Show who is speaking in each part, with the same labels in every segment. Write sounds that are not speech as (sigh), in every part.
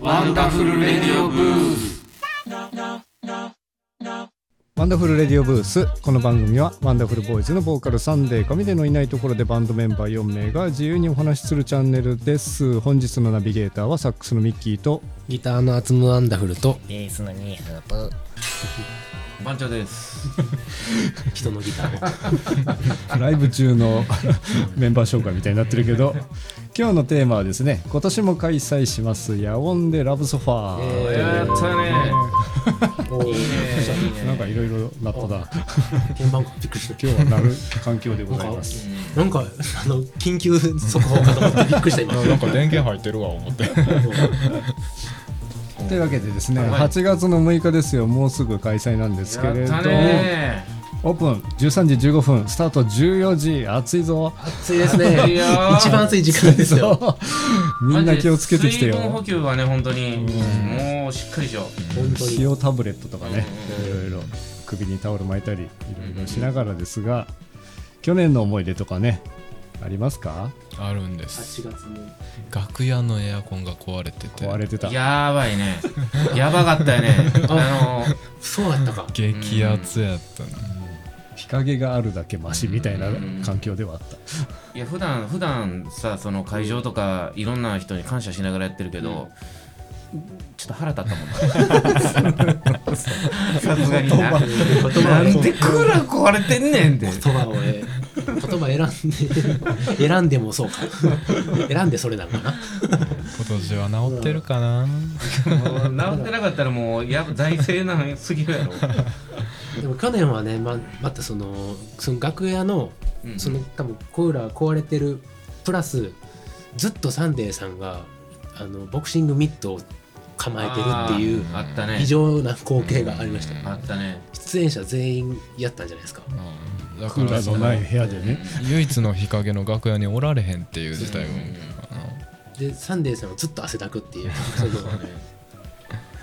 Speaker 1: ワンダフルレディオブース
Speaker 2: ワンダフルレディオブースこの番組はワンダフルボーイズのボーカルサンデー神でのいないところでバンドメンバー4名が自由にお話しするチャンネルです本日のナビゲーターはサックスのミッキーと
Speaker 3: ギターのアツムワンダフルと
Speaker 4: ベースのニーハーと
Speaker 1: 番長です
Speaker 3: (laughs) 人のギター
Speaker 2: (laughs)
Speaker 3: を
Speaker 2: ライブ中のメンバー紹介みたいになってるけど今日のテーマはですね今年も開催します野音でラブソファー、
Speaker 1: やったね
Speaker 2: なんかいろいろなったな
Speaker 3: 鍵盤がびっくりした
Speaker 2: 今日はなる環境でございます
Speaker 3: なんかあの緊急速報かと思ってびっくりした今
Speaker 5: なんか電源入ってるわ思って
Speaker 2: (laughs) というわけでですね、8月の6日ですよもうすぐ開催なんですけ
Speaker 1: や
Speaker 2: れ
Speaker 1: っ
Speaker 2: ど
Speaker 1: たね
Speaker 2: オープン13時15分スタート14時暑いぞ
Speaker 3: 暑いですね
Speaker 1: いやー
Speaker 3: 一番暑い時間ですよ
Speaker 2: みんな気をつけてきて
Speaker 1: マジで水分補
Speaker 2: よ
Speaker 1: 給はね本当にもうしっかりしよ
Speaker 3: 本当に
Speaker 2: 塩タブレットとかねいろいろ首にタオル巻いたりいろいろしながらですが去年の思い出とかねありますか
Speaker 5: あるんで
Speaker 3: 8
Speaker 5: す
Speaker 3: 月も
Speaker 5: 楽屋のエアコンが壊れてて
Speaker 2: 壊れてた
Speaker 1: うやばい (laughs) ねやばかったよねあ
Speaker 3: そうだったか
Speaker 5: 激熱やったね
Speaker 2: 日陰があるだけマシみたいな環境ではあった
Speaker 1: のいや普段普段さその会場とかいろんな人に感謝しながらやってるけどちょっと腹立ったもんな (laughs) さすがにな
Speaker 3: 言
Speaker 1: な
Speaker 3: 葉
Speaker 1: ん
Speaker 3: を
Speaker 1: でクーラー壊れてんねんって
Speaker 3: 言葉をえー言葉選んで選んでもそうか選んでそれなのかな
Speaker 5: 今年は治ってるか
Speaker 1: も
Speaker 5: な
Speaker 1: う治ってなかったらもうや財政なのすぎるやろ、
Speaker 3: でも去年はねままたそのその楽屋の
Speaker 1: うん
Speaker 3: その多分クーラー壊れてるプラスずっとサンデーさんがあのボクシングミットを構えてるっていう
Speaker 1: あーあったね
Speaker 3: 異常な光景がありました、
Speaker 1: あったね
Speaker 3: 出演者全員やったんじゃないですか
Speaker 5: うんだ
Speaker 2: ク
Speaker 5: か
Speaker 2: ーラ
Speaker 5: ら
Speaker 2: ーのない部屋でね
Speaker 5: 唯一の日陰の楽屋におられへんっていう事態を
Speaker 3: でサンデーさんはずっと汗だくっていうそ
Speaker 1: (laughs)
Speaker 3: の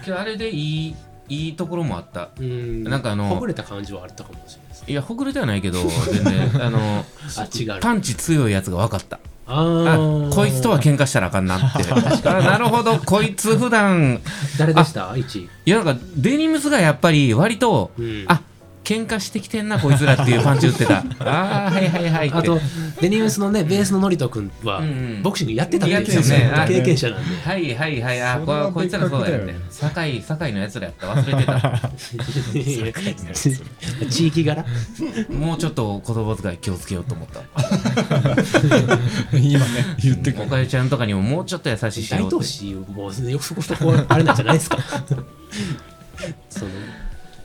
Speaker 1: けどあれでいいいいところもあった
Speaker 3: うん
Speaker 1: なんかあの
Speaker 3: ほぐれた感じはあったかもしれないです
Speaker 1: いやほぐれてはないけど全然あの
Speaker 3: あ違う
Speaker 1: パンチ強いやつが分かった
Speaker 3: あー
Speaker 1: あこいつとは喧嘩したらあかんなってあなるほどこいつ普段
Speaker 3: 誰でした1位、
Speaker 1: いやなんかデニムズがやっぱり割と、
Speaker 3: うん
Speaker 1: あ喧嘩してきてんなこいつらっていうパンチ打ってたああはいはいはいって
Speaker 3: あとデニムスのねベースのノリト君は
Speaker 1: うんうん
Speaker 3: ボクシングやってたんです
Speaker 1: や
Speaker 3: よ
Speaker 1: ってたよねあ
Speaker 3: 経験者なんで
Speaker 1: はいはいはいあ
Speaker 2: それ
Speaker 1: こ
Speaker 2: は
Speaker 1: こいつらそうだよって
Speaker 2: 別
Speaker 1: 堺堺のやつらやった忘れてた
Speaker 3: (laughs) 地域柄
Speaker 1: もうちょっと言葉遣い気をつけようと思った。
Speaker 2: 今ね言ってく
Speaker 1: お
Speaker 2: る
Speaker 1: かゆちゃんとかにももうちょっと優しいし
Speaker 3: 大
Speaker 1: ようっ
Speaker 3: 都
Speaker 1: て。
Speaker 3: 市もうよくそこそこあれなんじゃない (laughs) ですかその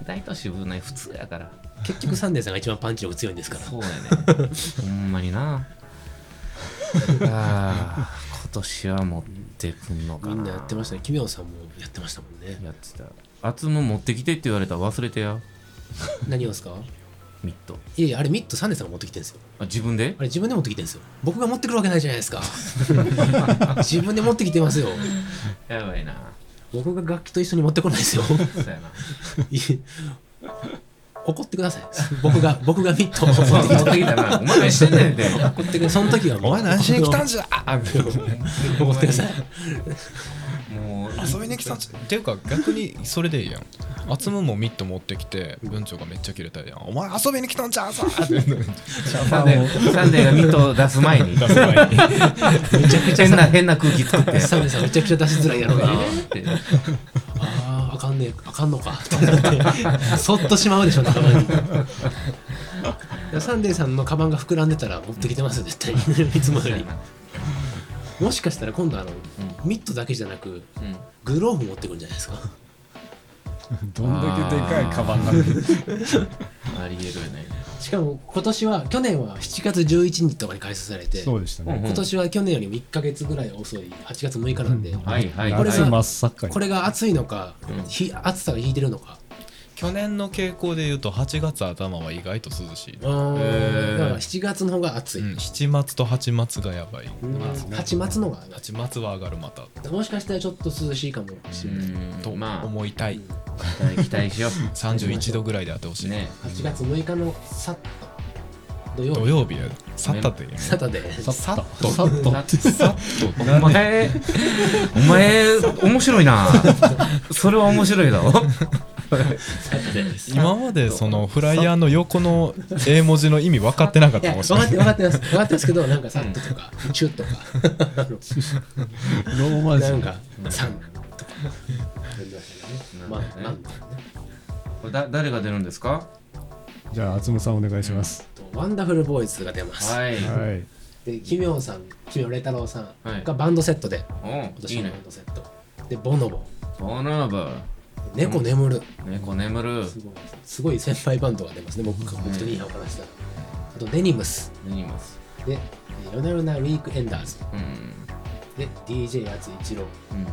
Speaker 1: 大都市部ない普通やから。
Speaker 3: 結局サンデーさんが一番パンチ力強いんですから
Speaker 1: そうやね。ほんまにな。ああ、今年は持ってくんのかな。
Speaker 3: みんなやってましたねキミョンさんもやってましたもんね
Speaker 1: やってた。あつむ持ってきてって言われたら忘れてや。
Speaker 3: 何をですか
Speaker 1: ミット。
Speaker 3: いやいやあれミットサンデーさんが持ってきてるんですよ
Speaker 1: あ自分で
Speaker 3: あれ自分で持ってきてるんですよ僕が持ってくるわけないじゃないです (laughs) か自分で持ってきてますよ
Speaker 1: やばいな。
Speaker 3: 僕が楽器と一緒に持ってこないです (laughs) よ
Speaker 1: そうやな。
Speaker 3: いえ怒ってください僕が僕がミットを持
Speaker 1: 持
Speaker 3: っ
Speaker 1: ってて
Speaker 3: きた (laughs)
Speaker 1: きたな。お前何してんねんって。
Speaker 3: 怒ってくその時はもう
Speaker 5: んじゃ
Speaker 3: (laughs) 怒ってください
Speaker 1: もう、
Speaker 5: 遊びに来たんじゃっていうか逆にそれでいいやんあつむもミット持ってきて文鳥がめっちゃキレたやんお前遊びに来たんじゃんさって
Speaker 1: サンデー、サンデーがミットを出す前に。
Speaker 3: めちゃくちゃ
Speaker 1: 変な、変な空気作って。
Speaker 3: サンデーさんめちゃくちゃ出しづらいやろうな
Speaker 1: えーって
Speaker 3: あーあかんねあかんのかと思ってそっとしまうでしょ仲間にサンデーさんのカバンが膨らんでたら持ってきてますよ絶対にいつもよりもしかしたら今度あの、ミットだけじゃなく
Speaker 1: うん
Speaker 3: グローブ持ってくるんじゃないですか
Speaker 2: どんだけでかいカバンなのに
Speaker 1: ありえるよね。
Speaker 3: しかも今年は去年は7月11日とかに開催されて
Speaker 2: そうでしたね
Speaker 3: 今年は去年よりも1ヶ月ぐらい遅い8月6日なんで、
Speaker 1: はいはい
Speaker 3: これ
Speaker 2: 夏
Speaker 3: が
Speaker 2: 真っ盛り
Speaker 3: これが暑いのか、
Speaker 1: うん
Speaker 3: ひ暑さが引いてるのか
Speaker 5: (laughs) 去年の傾向で言うと8月頭は意外と涼しい、
Speaker 3: だから
Speaker 1: へー
Speaker 3: 7月の方が暑い、
Speaker 5: うん、7月と8月がやばい
Speaker 3: 8月の方が暑
Speaker 5: 8月は上がるまた
Speaker 3: いもしかしたらちょっと涼しいかもしれない、
Speaker 5: と
Speaker 1: とまあ
Speaker 5: 思いたい、
Speaker 1: 期待期待しよう
Speaker 5: 31度ぐらいであってほしい、
Speaker 1: ね
Speaker 3: 8月6日のさっ土曜
Speaker 5: 土
Speaker 3: 日
Speaker 5: 曜日やサタデーや
Speaker 3: サタデー
Speaker 5: ささっと
Speaker 3: さっと
Speaker 1: さお前、お前、面白いな。それは面白いだろ。
Speaker 3: サタデーです
Speaker 5: 今までそのフライヤーの横の英文字の意味分かってなかっ
Speaker 3: いや
Speaker 5: たかも
Speaker 3: 分
Speaker 5: しれ
Speaker 3: か
Speaker 5: な
Speaker 3: (laughs) って分
Speaker 5: い
Speaker 3: かってます分かってますけどなんかサッととかチュッとか
Speaker 2: ローマ
Speaker 3: な
Speaker 2: 字
Speaker 3: んかサンとかありましたねまあまあ
Speaker 1: これだ誰が出るんですか
Speaker 2: じゃあ厚野さんお願いします、
Speaker 3: ワンダフルボーイズが出ます
Speaker 1: はい。
Speaker 2: はい
Speaker 3: で奇妙さん奇妙麗太郎さ
Speaker 1: はい
Speaker 3: んがバンドセットで
Speaker 1: お
Speaker 3: 今
Speaker 1: うい
Speaker 3: 年
Speaker 1: い
Speaker 3: の
Speaker 1: ね
Speaker 3: バ。ンドセットでボノボ
Speaker 1: ボナーバ
Speaker 3: 猫眠る
Speaker 1: ー、猫眠る、
Speaker 3: すごいすごい先輩バンドが出ますね僕が僕とニーハンを話したらあとデニムス
Speaker 1: 出てきます。
Speaker 3: で夜な夜なウィークエンダーズ
Speaker 1: うん。
Speaker 3: で DJ 厚一郎
Speaker 1: うん。
Speaker 3: で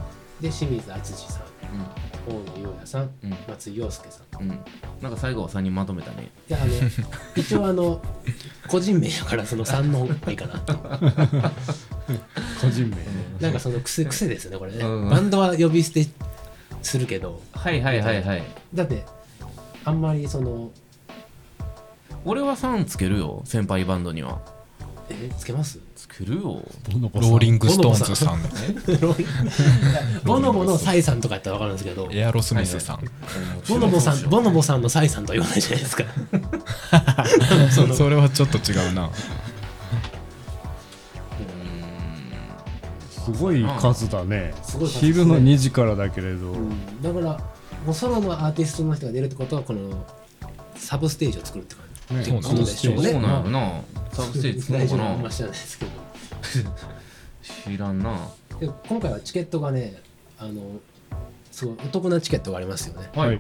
Speaker 3: 清水敦司さん大野裕也さん
Speaker 1: うん。
Speaker 3: 松井陽介さん
Speaker 1: うん。うん。なんか最後3人まとめたね。
Speaker 3: い
Speaker 1: (laughs)
Speaker 3: やあの一応あの個人名だからその3の方がいいかなと
Speaker 1: (laughs)
Speaker 2: 個人名
Speaker 3: なんかその癖癖ですねこれね、
Speaker 1: うん
Speaker 3: バンドは呼び捨てするけど
Speaker 1: はいはいはいはい。
Speaker 3: だってあんまりその
Speaker 1: 俺は3つけるよ、先輩バンドには。
Speaker 3: えつけ
Speaker 1: (laughs)
Speaker 3: ます
Speaker 1: つけるよ。
Speaker 2: ボノボさん
Speaker 5: ローリングストーンズさん
Speaker 3: ボノボのサイさんとかやったら分かるんですけど
Speaker 5: エアロスミスさん
Speaker 3: ボノボさんボノボさんのサイさんとは言わないじゃないですかその
Speaker 5: それはちょっと違うな
Speaker 2: すごい数だね
Speaker 3: すごい数ですね
Speaker 2: 昼の2時からだけれど、
Speaker 3: うんだからもうソロのアーティストの人が出るってことはこのサブステージを作るって感じ、
Speaker 2: ね
Speaker 3: ってことでしょう
Speaker 1: どう
Speaker 3: ね
Speaker 1: なんやろな。サブステージ作る
Speaker 3: 大丈
Speaker 1: の
Speaker 3: 夫
Speaker 1: か
Speaker 3: あん
Speaker 1: な
Speaker 3: ま知らないですけど
Speaker 1: 知らんな。は
Speaker 3: で今回はチケットがねあのすごいお得なチケットがありますよね
Speaker 1: い。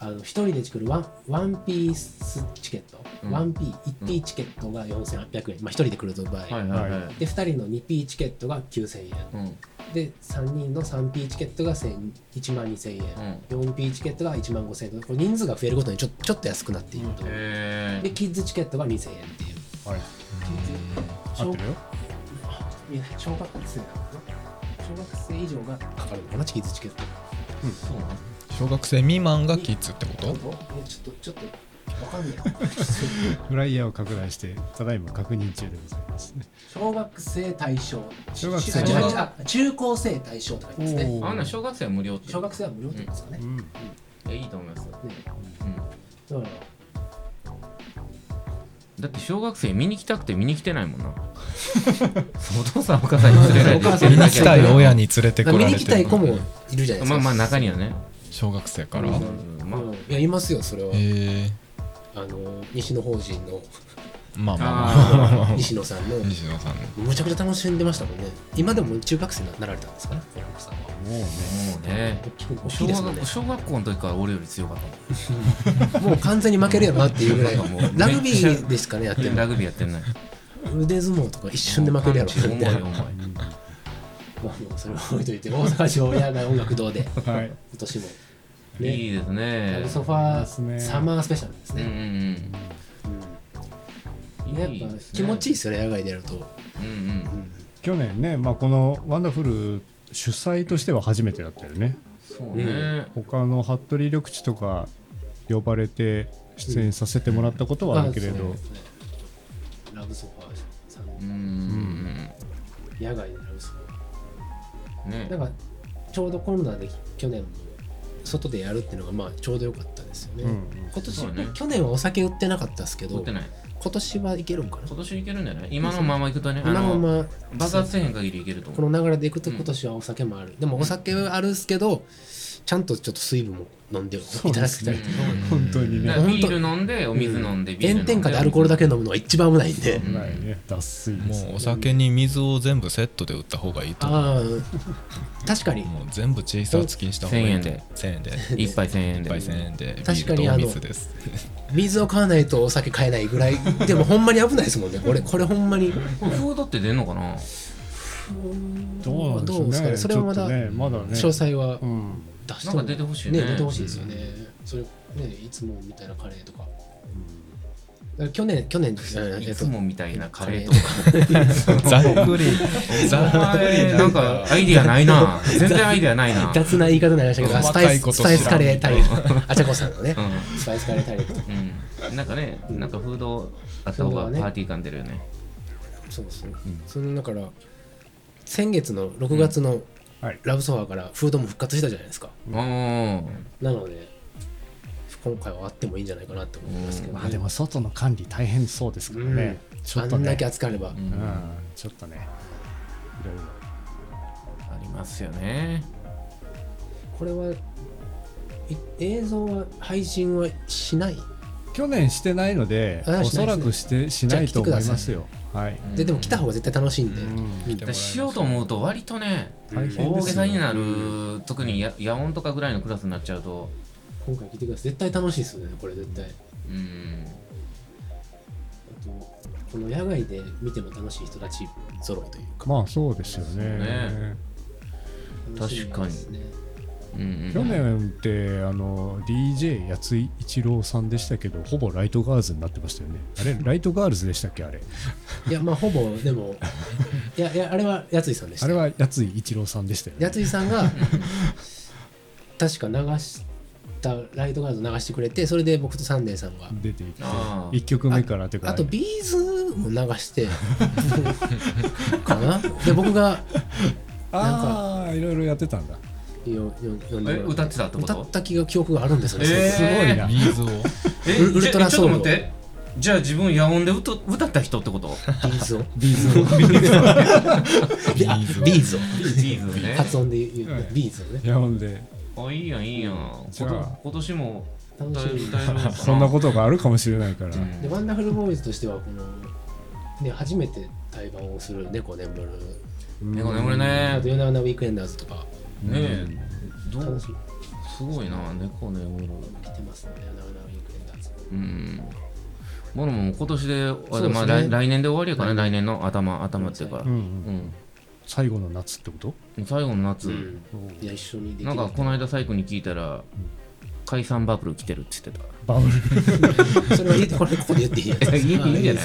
Speaker 3: あの一人で作るワンワンピースチケット、
Speaker 1: うん
Speaker 3: ワンピー1 p チケットが4800円、まあ、一人で来ると場合、
Speaker 1: はいはいはい。
Speaker 3: で2人の 2p チケットが9000円
Speaker 1: うん。うん。
Speaker 3: で3人の 3p チケットが1000 1万2000円、4p チケットが1万5000円とこれ人数が増えることにちょちょっと安くなっていると、
Speaker 1: へ
Speaker 3: で
Speaker 1: え。
Speaker 3: キッズチケットが2000円っていう
Speaker 2: はい合ってるよ
Speaker 3: いや小学生なのかな小学生以上がかかるのかなキッズチケット
Speaker 1: そうなん
Speaker 5: 小学生未満がキッズってこと
Speaker 3: えちょっとちょっとわかんない
Speaker 2: フライヤーを拡大してただいま確認中でございますね
Speaker 3: 小学生対象
Speaker 2: 小学生
Speaker 3: あ違う違うあ中高生対象とか言ってますね
Speaker 1: あんなん小学生は無料って。
Speaker 3: 小学生は無料ってことですかね
Speaker 2: う、ん
Speaker 1: いやいいと思います。
Speaker 3: ね
Speaker 1: うん。
Speaker 3: だか
Speaker 1: だって小学生見に来たくて見に来てないもんな (laughs) そうお父さんお母さんに連れられて
Speaker 3: お母さ
Speaker 5: 見
Speaker 3: ん
Speaker 5: に来たい親
Speaker 1: に
Speaker 5: に連れて
Speaker 3: ら
Speaker 5: こられ
Speaker 3: 見
Speaker 5: て
Speaker 3: に
Speaker 5: る
Speaker 3: 来たい子もいるじゃないです
Speaker 1: (laughs) ま
Speaker 3: か
Speaker 1: あまあ中にはね
Speaker 5: 小学生から
Speaker 3: う
Speaker 5: へ
Speaker 3: ん
Speaker 1: うんま
Speaker 3: ま
Speaker 1: あ
Speaker 3: あ、いやいますよそれは、
Speaker 5: え
Speaker 3: あの西野法人 (laughs) の
Speaker 5: まあまあま
Speaker 1: あ
Speaker 5: あ
Speaker 3: 西野さんの
Speaker 5: 西野さん
Speaker 3: むちゃくちゃ楽しんでましたもんね今でも中学生になられたんですかね小学さんは
Speaker 2: もうね
Speaker 1: もうね
Speaker 3: 大きい大き
Speaker 1: 小
Speaker 3: いですもんね
Speaker 1: 学小学校の時から俺より強かったもん
Speaker 3: もう完全に負けるやろなっていうぐらい
Speaker 1: なんかもうめっちゃ
Speaker 3: (laughs) ラグビーですかねやってる
Speaker 1: ラグビーやってんね
Speaker 3: 腕相撲とか一瞬で負けるやろ
Speaker 1: パンチ重い重い
Speaker 3: まあもうそれは置いといて大阪城野外音楽堂で
Speaker 2: はい
Speaker 3: 今年もね
Speaker 1: いいです
Speaker 3: ラ
Speaker 1: ね
Speaker 3: ブソフ
Speaker 2: いい
Speaker 3: ァ
Speaker 2: ですね
Speaker 3: ーサマースペシャルです
Speaker 1: うんう
Speaker 3: ね、
Speaker 1: んうんい
Speaker 3: や
Speaker 1: い
Speaker 3: っぱ
Speaker 1: ですね
Speaker 3: 気持ちいいですよね野外でやると、
Speaker 1: うんうん
Speaker 2: 去年ね、まあ、このワンダフル主催としては初めてだったよね
Speaker 1: そうね
Speaker 2: 他の服部緑地とか呼ばれて出演させてもらったことはあるけれど、
Speaker 3: まあそうですねラブソファーさん
Speaker 1: うんうん
Speaker 3: 野外でラブソファ
Speaker 1: うんね
Speaker 3: ーなんかちょうどコロナで去年も外でやるっていうのがまあちょうど良かったですよね、
Speaker 2: うん
Speaker 3: 今年、
Speaker 1: そうね
Speaker 3: 去年はお酒売ってなかったですけ
Speaker 1: 撮
Speaker 3: ど
Speaker 1: ってない
Speaker 3: 今年はいけるんかな
Speaker 1: 今年いけるんじゃない今のままいくとねあ
Speaker 3: 今の
Speaker 1: の
Speaker 3: まま
Speaker 1: 爆発せへん限りいけると思
Speaker 3: こ
Speaker 1: う
Speaker 3: の流れでいくと今年はお酒もある、でもお酒はあるっすけどちゃんとちょっと水分も飲んでい
Speaker 2: そう
Speaker 3: ただきたい、
Speaker 1: うん
Speaker 2: 本当に
Speaker 1: だ
Speaker 2: ね
Speaker 1: からビール飲んでお水飲んでビール飲ん
Speaker 3: 炎
Speaker 1: で
Speaker 3: 天下でアルコールだけ飲むのが一番危ないんで、
Speaker 1: うん
Speaker 2: ないね脱水です
Speaker 5: もうお酒に水を全部セットで売った方がいいと思
Speaker 3: ああ確かに
Speaker 5: うもう全部チェイサー付きにした方がい
Speaker 1: 1000
Speaker 5: い
Speaker 1: 円で
Speaker 5: 1000円で
Speaker 1: 一杯千円
Speaker 5: 一
Speaker 1: で
Speaker 5: 杯1000円でビ
Speaker 3: 確か
Speaker 5: ール
Speaker 3: に
Speaker 5: と
Speaker 3: あ
Speaker 5: お
Speaker 3: の
Speaker 5: 水です
Speaker 3: 水を買わないとお酒買えないぐらいでもほんまに危ないですもんねこれこれほんまに
Speaker 1: これフードって出んのかな
Speaker 2: どうなんでしょ
Speaker 3: ど
Speaker 2: う
Speaker 3: うですか
Speaker 2: ね
Speaker 3: ねそれはま
Speaker 2: ち
Speaker 3: だ
Speaker 2: ょっとねまだね
Speaker 3: 詳細は
Speaker 2: うん
Speaker 3: 出して
Speaker 1: なん
Speaker 3: も
Speaker 1: か出てほしいね
Speaker 3: 出てほしいですよね、それねいつもみたいなカレーとか,、去年去年じゃないえ
Speaker 1: い
Speaker 3: っと
Speaker 1: つもみたいなカレーと
Speaker 3: カ
Speaker 1: か
Speaker 3: レ
Speaker 5: ざっくり
Speaker 1: お
Speaker 5: ざっくり
Speaker 1: 前なんかアイディアな
Speaker 3: (laughs)
Speaker 1: いな全然アイディアないな
Speaker 3: (laughs) 雑な言い方になりましたけど、ス
Speaker 5: 細
Speaker 3: パ
Speaker 5: か
Speaker 3: イ
Speaker 5: い
Speaker 3: ス
Speaker 5: こと
Speaker 3: スパイスカレー大陸、あちゃこさんのね
Speaker 1: う、ん
Speaker 3: スパイスカレー大陸とか、
Speaker 1: うんなんかね、なんかフードあった方がパーティー感出るよね。
Speaker 3: そうですね、そのだから先月の6月の
Speaker 2: はい
Speaker 3: ラブソファーからフードも復活したじゃないですか、
Speaker 1: おー
Speaker 3: なので今回はあってもいいんじゃないかなと思いますけど、ね
Speaker 2: まあでも外の管理大変そうですからね、ちょ
Speaker 3: あ
Speaker 2: っと
Speaker 3: んだ
Speaker 2: ね
Speaker 3: け、暑かれば、
Speaker 1: うん
Speaker 2: うん、ちょっとねいろいろ
Speaker 1: ありますよね。
Speaker 3: これはい映像は配信はしない、
Speaker 2: 去年してないので
Speaker 3: あ
Speaker 2: おそ
Speaker 3: しないですね
Speaker 2: らくしてしないと思いますよはい、
Speaker 3: ででも来た方が絶対楽しいんで、
Speaker 2: うん
Speaker 3: みんな
Speaker 5: で
Speaker 1: だからしようと思うと割とね、
Speaker 2: 大変ですよ
Speaker 1: 大げさになる、特にや野音とかぐらいのクラスになっちゃうと、
Speaker 3: 今回来てください絶対楽しいですよねこれ絶対
Speaker 1: うん、
Speaker 3: あとこの野外で見ても楽しい人たち揃うというか
Speaker 2: まあそうですよね
Speaker 1: ね
Speaker 3: 楽しみですね
Speaker 1: うんうん、
Speaker 2: 去年ってあの DJ やつい一郎さんでしたけどほぼライトガールズになってましたよねあれライトガールズでしたっけあれ
Speaker 3: いやまあほぼで
Speaker 1: (laughs)
Speaker 3: もいやいやあれはやついさんでした
Speaker 2: あれはやつい一郎さんでしたよね
Speaker 3: やついさんが確か流したライトガード流してくれてそれで僕とサンデーさんが、
Speaker 2: 出ていって
Speaker 1: あー
Speaker 2: 1曲目からというか
Speaker 3: あとビーズも流
Speaker 1: (laughs)
Speaker 3: してかなで僕が
Speaker 2: あーいろいろやってたん
Speaker 1: (laughs)
Speaker 2: だ
Speaker 3: よよ読んで
Speaker 1: え
Speaker 3: もら
Speaker 1: 歌ってたってこと
Speaker 3: 歌った気が記憶があるんですよね、
Speaker 1: えー
Speaker 2: すごいな、
Speaker 5: ビーズを
Speaker 1: え
Speaker 3: ウウルトラ
Speaker 1: じゃち
Speaker 3: ソ
Speaker 1: ょっと
Speaker 3: ウル
Speaker 1: 待ってじゃあ自分野音で歌歌った人って
Speaker 2: (laughs)
Speaker 1: こと
Speaker 3: ビーズを
Speaker 2: ビ
Speaker 3: (laughs)
Speaker 2: ーズを
Speaker 3: であビ
Speaker 5: ビー
Speaker 3: ーズ
Speaker 5: ズ
Speaker 3: を
Speaker 1: ビーズね
Speaker 3: 発音で言う、
Speaker 2: はい
Speaker 3: ビーズをね
Speaker 2: いやほんで
Speaker 1: あいいやんいいやん
Speaker 2: じゃあ
Speaker 1: 今年も
Speaker 3: 楽しみ
Speaker 1: 歌える歌える
Speaker 2: そんなことがあるかもしれないから、
Speaker 1: うん
Speaker 3: でワンダフルボーイズとしてはこの、ね、初めて対バンをする猫眠る
Speaker 1: ねこれこれね
Speaker 3: あと「夜な夜なウィークエンダーズ」とか
Speaker 1: ねえどう
Speaker 3: 楽し
Speaker 1: す
Speaker 3: み
Speaker 1: ごいな猫ね俺
Speaker 3: 来てますね「夜な夜なウィークエンダーズ」
Speaker 1: うんものも今年であ
Speaker 3: そう
Speaker 1: で
Speaker 3: ですね
Speaker 1: まあ来来年で終わりやからね来年の頭頭っていうか
Speaker 2: うんう
Speaker 1: うんん
Speaker 2: 最後の夏ってこと
Speaker 1: 最後の夏
Speaker 3: うんいや一緒にできる
Speaker 1: なんかこの間サイクに聞いたら解散バブル来てるって言ってた
Speaker 2: バブル
Speaker 3: それは
Speaker 1: (laughs)
Speaker 3: 言ってこれここで言っていいやつ
Speaker 1: いいいいんじゃない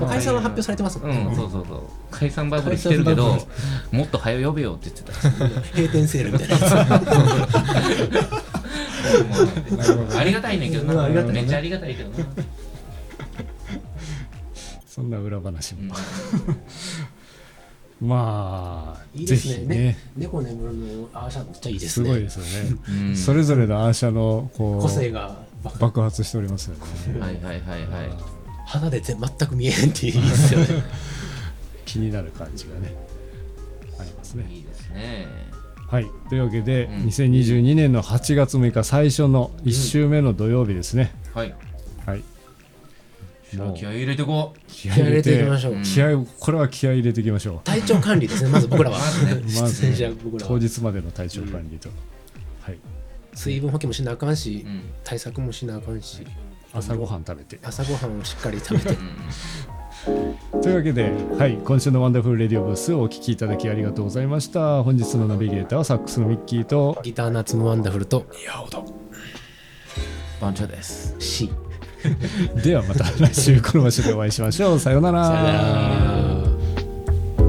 Speaker 3: まあ解散は発表されてますもんね、
Speaker 1: うん、そうそうそう解散バブル来てるけど
Speaker 3: 解散バ
Speaker 1: もっと早よ呼べよって言ってた
Speaker 3: 閉店セールみたいなや
Speaker 1: ありがたいねんけどな、
Speaker 3: うんありがたいね
Speaker 1: めっちゃありがたいけどな、
Speaker 2: そんな裏話
Speaker 1: うん
Speaker 2: も、まあ
Speaker 3: ついいです
Speaker 2: ぜ
Speaker 3: ね
Speaker 2: ひ
Speaker 3: ね猫眠るのアーシャンめっちゃいいです
Speaker 2: す
Speaker 3: ね
Speaker 2: ごいですよね、
Speaker 1: うん
Speaker 2: それぞれのアーシャのこう
Speaker 3: 個性がば
Speaker 2: 爆発しておりますよね
Speaker 1: はいはいはいはい
Speaker 3: 花で全全く見えへんっていういいですよね (laughs)
Speaker 2: 気になる感じがねありますね
Speaker 1: いいですね
Speaker 2: はいというわけで、
Speaker 1: うん
Speaker 2: 2022年の8月6日最初の1週目の土曜日ですね、
Speaker 1: はい
Speaker 2: はい
Speaker 1: じゃあ気合い入れてこう
Speaker 2: 気
Speaker 3: 気合い入れていきましょう、
Speaker 1: うん
Speaker 2: 気合をこれは気合い入れていきましょ
Speaker 3: 体調管理ですねまず僕らは
Speaker 2: まずね
Speaker 3: 出演者僕
Speaker 2: う
Speaker 3: ら
Speaker 2: 当
Speaker 3: は
Speaker 2: 日までの体調管理と、はい
Speaker 3: 水分補給もしなあかんし、
Speaker 1: うん、うん
Speaker 3: 対策もしなあかんし
Speaker 2: 朝ごはん食べて
Speaker 3: 朝ごはんをしっかり食べて
Speaker 2: というわけで、はい、今週のワンダフルレディオブースをお聞きいただきありがとうございました本日のナビゲーターはサックスのミッキーと
Speaker 3: ギター夏のワンダフルと
Speaker 1: 番長です
Speaker 3: C
Speaker 2: ではまた来週この場所でお会いしましょうさようなら
Speaker 3: さよなら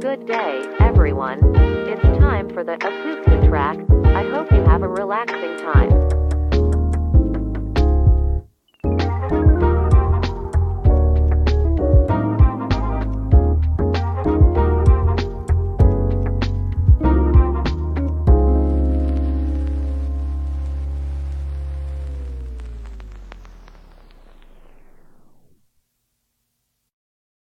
Speaker 4: Good day, everyone. It's time for the Asuka track. I hope you have a relaxing time.